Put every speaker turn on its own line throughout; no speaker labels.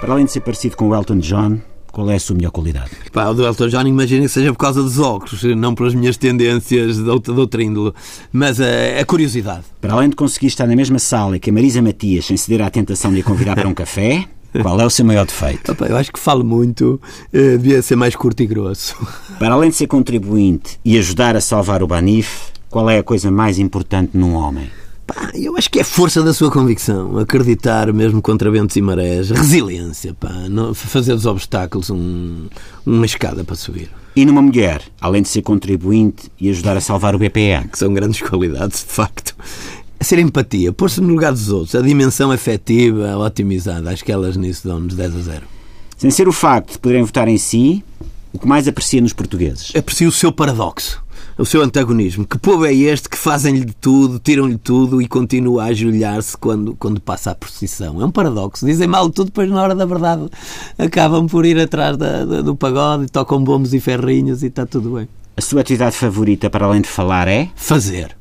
Para além de ser parecido com o Elton John, qual é a sua melhor qualidade?
Pá, o do Elton John imagina que seja por causa dos óculos, não pelas minhas tendências de outra, de outra índole, mas eh, a, a curiosidade.
Para além de conseguir estar na mesma sala que a Marisa Matias sem ceder à tentação de a convidar para um café, qual é o seu maior defeito?
Opa, eu acho que falo muito, eh, devia ser mais curto e grosso.
Para além de ser contribuinte e ajudar a salvar o Banif, qual é a coisa mais importante num homem?
Pá, eu acho que é força da sua convicção, acreditar mesmo contra ventos e marés, resiliência, pá, não- fazer dos obstáculos um- uma escada para subir.
E numa mulher, além de ser contribuinte e ajudar a salvar o BPN?
que são grandes qualidades, de facto. A ser empatia, pôr-se no lugar dos outros, a dimensão afetiva, otimizada, acho que elas nisso dão-nos 10 a 0.
Sem ser o facto de poderem votar em si, o que mais aprecia nos portugueses?
Aprecio É o seu paradoxo, o seu antagonismo. Que povo é este que fazem-lhe de tudo, tiram-lhe tudo e continua a ajoelhar-se quando, quando passa a procissão? É um paradoxo. Dizem mal de tudo, depois na hora da verdade acabam por ir atrás da- da- do pagode, tocam bombos e ferrinhos e está tudo bem.
A sua atividade favorita, para além de falar, é?
Fazer,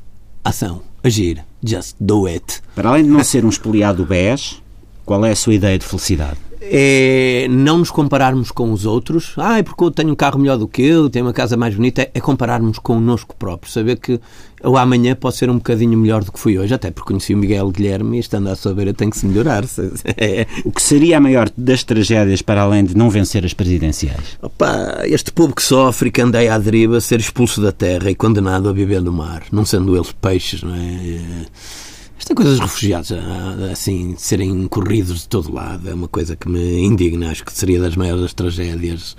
ação, agir, just do it.
Para além de não ser um espoliado do BES, qual é a sua ideia de felicidade?
é não nos compararmos com os outros. Ah, é porque eu tenho um carro melhor do que eu, tenho uma casa mais bonita. É compararmos connosco próprios. Saber que o amanhã pode ser um bocadinho melhor do que fui hoje. Até porque conheci o Miguel Guilherme e estando à sua beira tem que se melhorar. Se- é.
O que seria a maior das tragédias, para além de não vencer as presidenciais?
Opa, este povo que sofre, que andei à deriva, ser expulso da terra e condenado a viver no mar, não sendo eles peixes, não é? Esta coisa dos refugiados, ah, assim, serem corridos de todo lado, é uma coisa que me indigna. Acho que seria das maiores tragédias.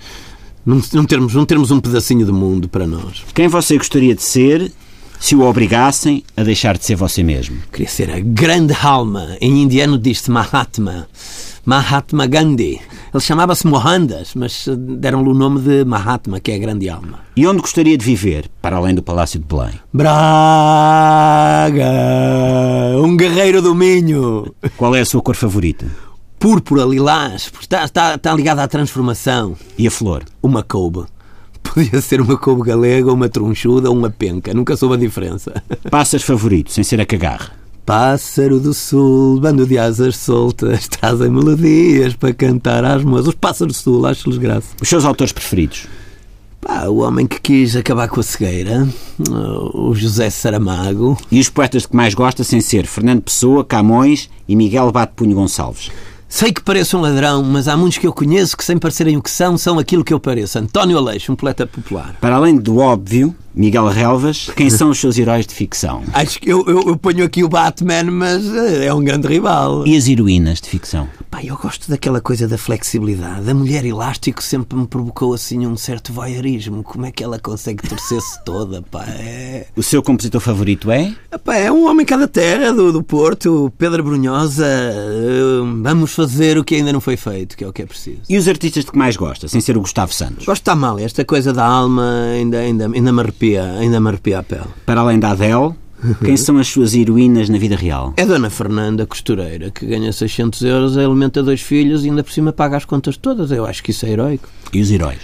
Não, não termos, não termos um pedacinho de mundo para nós.
Quem você gostaria de ser se o obrigassem a deixar de ser você mesmo?
Queria ser a grande alma. Em indiano diz-se Mahatma. Mahatma Gandhi. Ele chamava-se Mohandas, mas eh, deram-lhe o nome de Mahatma, que é a grande alma.
E onde gostaria de viver, para além do Palácio de Belém?
Braga, um guerreiro do Minho.
Qual é a sua cor favorita?
Púrpura, lilás, porque está, está, está tá ligado à transformação.
E a flor?
Uma couve. Podia ser uma couve galega, uma tronchuda ou uma penca. Nunca soube a diferença.
Pássaro favorito, sem ser a cagarra?
Pássaro do sul, bando de asas soltas, trazem melodias para cantar às moças. Os pássaros do sul, acho-lhes graça.
Os seus autores preferidos?
Pá, o homem que quis acabar com a cegueira, o José Saramago,
E os poetas que mais gosta, sem ser Fernando Pessoa, Camões e Miguel Batepunho Gonçalves?
Sei que pareço um ladrão, mas há muitos que eu conheço que, sem parecerem o que são, são aquilo que eu pareço. António Aleixo, um poeta popular.
Para além do óbvio, Miguel Relvas, quem são os seus heróis de ficção?
Acho que eu, eu, eu ponho aqui o Batman, mas eh, é um grande rival.
E as heroínas de ficção?
Pá, eu gosto daquela coisa da flexibilidade. A mulher elástico sempre me provocou assim um certo voyeurismo. Como é que ela consegue torcer-se toda, pá? É...
O seu compositor favorito é?
Epá, é um homem cá da terra, do, do Porto, Pedro Brunhosa. eh, Vamos fazer o que ainda não foi feito, que é o que é preciso.
E os artistas de que mais gosta, sem ser o Gustavo Santos?
Gosto de estar mal, esta coisa da alma ainda, ainda, ainda me arrepia, ainda me arrepia a pele.
Para além da Adele, quem são as suas heroínas na vida real?
É a Dona Fernanda, costureira, que ganha 600 euros, é alimenta dois filhos e ainda por cima paga as contas todas. Eu acho que isso é heroico.
E os heróis?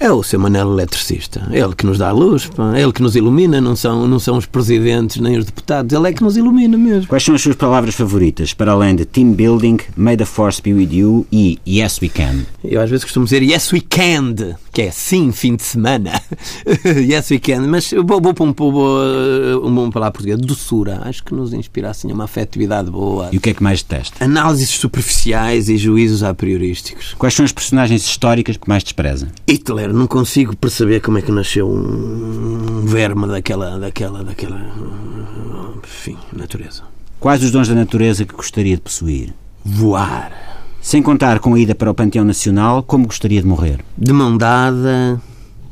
É o seu Manel Eletricista. É ele que nos dá a luz, pá. é ele que nos ilumina, não são, não são os presidentes nem os deputados, ele é que nos ilumina mesmo.
Quais são as suas palavras favoritas, para além de team building, may the force be with you e yes we can?
Eu às vezes costumo dizer yes weekend, que é sim, fim de semana. yes weekend, mas eu vou, vou para um, vou, uh, um bom palavra português, doçura. Acho que nos inspira assim uma afetividade boa.
E o que é que mais detesta?
Análises superficiais e juízos a priorísticos.
Quais são as personagens históricas que mais despreza?
Hitler, não consigo perceber como é que nasceu um verme daquela, daquela, daquela, uh, enfim, natureza.
Quais os dons da natureza que gostaria de possuir?
Voar.
Sem contar com a ida para o Panteão Nacional, como gostaria de morrer?
de mão dada,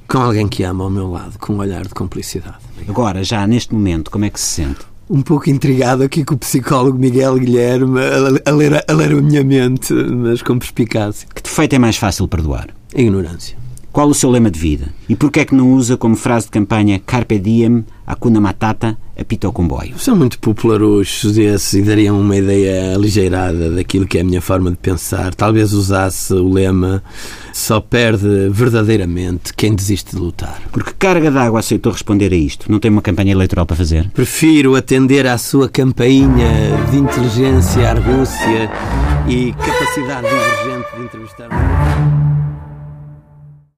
com alguém que ama ao meu lado, com um olhar de cumplicidade.
Agora, já neste momento, como é que se sente?
Um pouco intrigado aqui com o psicólogo Miguel Guilherme a, a ler, a ler a minha mente, mas com perspicácia.
Que defeito é mais fácil perdoar?
Ignorância.
Qual o seu lema de vida? E porquê é que não usa como frase de campanha Carpe diem, acuna matata, apita o comboio?
São muito popular os desses e dariam uma ideia aligeirada daquilo que é a minha forma de pensar. Talvez usasse o lema só perde verdadeiramente quem desiste de lutar.
Porque Carga d'Água aceitou responder a isto. Não tem uma campanha eleitoral para fazer?
Prefiro atender à sua campainha de inteligência, argúcia e capacidade divergente de entrevistar.